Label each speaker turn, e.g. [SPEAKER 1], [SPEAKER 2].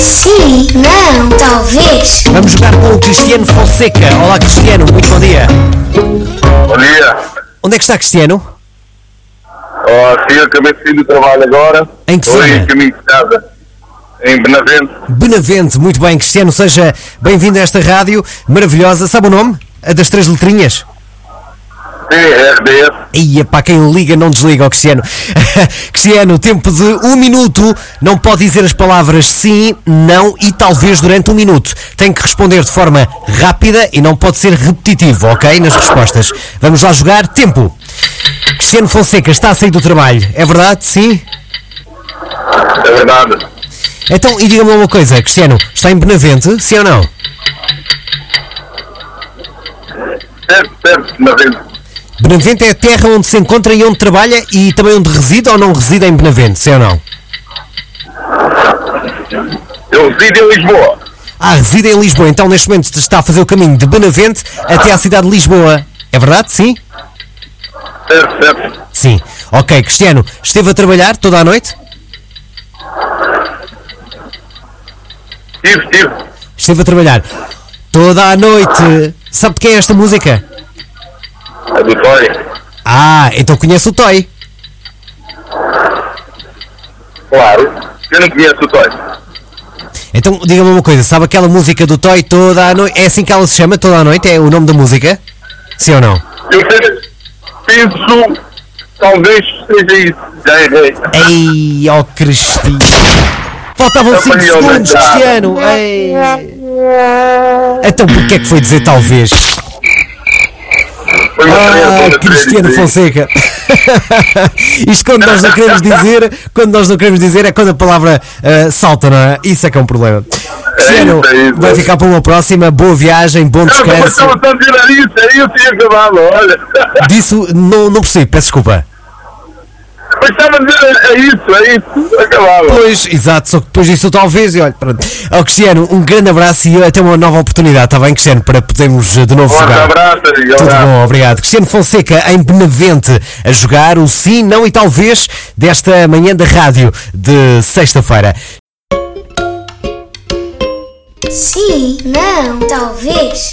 [SPEAKER 1] Sim, não, talvez.
[SPEAKER 2] Vamos jogar com o Cristiano Fonseca. Olá, Cristiano, muito bom dia.
[SPEAKER 3] Bom dia.
[SPEAKER 2] Onde é que está, Cristiano?
[SPEAKER 3] Oh, sim, eu acabei de sair do trabalho agora.
[SPEAKER 2] Em que
[SPEAKER 3] Estou
[SPEAKER 2] zona?
[SPEAKER 3] em caminho de casa. Em Benavente.
[SPEAKER 2] Benavente, muito bem, Cristiano, seja bem-vindo a esta rádio maravilhosa. Sabe o nome? A das três letrinhas?
[SPEAKER 3] Sim, é RDS.
[SPEAKER 2] Ia pá, quem liga não desliga, ó Cristiano. Cristiano, tempo de um minuto, não pode dizer as palavras sim, não e talvez durante um minuto. Tem que responder de forma rápida e não pode ser repetitivo, ok? Nas respostas. Vamos lá jogar. Tempo. Cristiano Fonseca está a sair do trabalho, é verdade? Sim?
[SPEAKER 3] É verdade.
[SPEAKER 2] Então, e diga-me lá uma coisa, Cristiano, está em Benavente, sim ou não?
[SPEAKER 3] Certo, certo, Benavente.
[SPEAKER 2] Benavente é a terra onde se encontra e onde trabalha e também onde reside ou não reside em Benavente, sim ou não?
[SPEAKER 3] Eu resido É em Lisboa.
[SPEAKER 2] Ah, reside em Lisboa, então neste momento está a fazer o caminho de Benavente até à cidade de Lisboa. É verdade? Sim?
[SPEAKER 3] Certo, certo.
[SPEAKER 2] Sim. Ok, Cristiano, esteve a trabalhar toda a noite?
[SPEAKER 3] Tive, tive.
[SPEAKER 2] Esteve a trabalhar toda a noite. Sabe de quem é esta música?
[SPEAKER 3] A Vitória.
[SPEAKER 2] Ah, então conhece o Toy.
[SPEAKER 3] Claro. Eu não conheço o Toy.
[SPEAKER 2] Então diga-me uma coisa, sabe aquela música do Toy toda a noite? É assim que ela se chama, toda a noite? É o nome da música? Sim ou não?
[SPEAKER 3] Eu sei, penso, talvez seja isso. Já errei.
[SPEAKER 2] É- Ei, ó Cristiano! Faltavam 5
[SPEAKER 3] Apanhou
[SPEAKER 2] segundos,
[SPEAKER 3] na cara.
[SPEAKER 2] Cristiano! Ei. Então porquê é que foi dizer talvez?
[SPEAKER 3] Foi uma
[SPEAKER 2] Ah,
[SPEAKER 3] criatura
[SPEAKER 2] Cristiano
[SPEAKER 3] três,
[SPEAKER 2] Fonseca. Isto quando nós não queremos dizer, quando nós não queremos dizer é quando a palavra ah, salta, não é? Isso é que é um problema. Cristiano,
[SPEAKER 3] isso, é isso.
[SPEAKER 2] vai ficar para uma próxima. Boa viagem, bom
[SPEAKER 3] Não, mas
[SPEAKER 2] descanso.
[SPEAKER 3] estava a tirar isso, aí eu tinha acabado, olha.
[SPEAKER 2] Disso não, não percebi, peço desculpa.
[SPEAKER 3] Mas estava a dizer, é isso, é isso, acabava.
[SPEAKER 2] Pois, exato, só que depois disso talvez, e olha, pronto. Ó Cristiano, um grande abraço e até uma nova oportunidade, está bem, Cristiano, para podermos ah, de novo
[SPEAKER 3] Forte
[SPEAKER 2] jogar.
[SPEAKER 3] abraço, amigo,
[SPEAKER 2] Tudo
[SPEAKER 3] abraço.
[SPEAKER 2] bom, obrigado. Cristiano Fonseca em Benavente a jogar o sim, não e talvez desta manhã da rádio de sexta-feira.
[SPEAKER 1] Sim, não, talvez.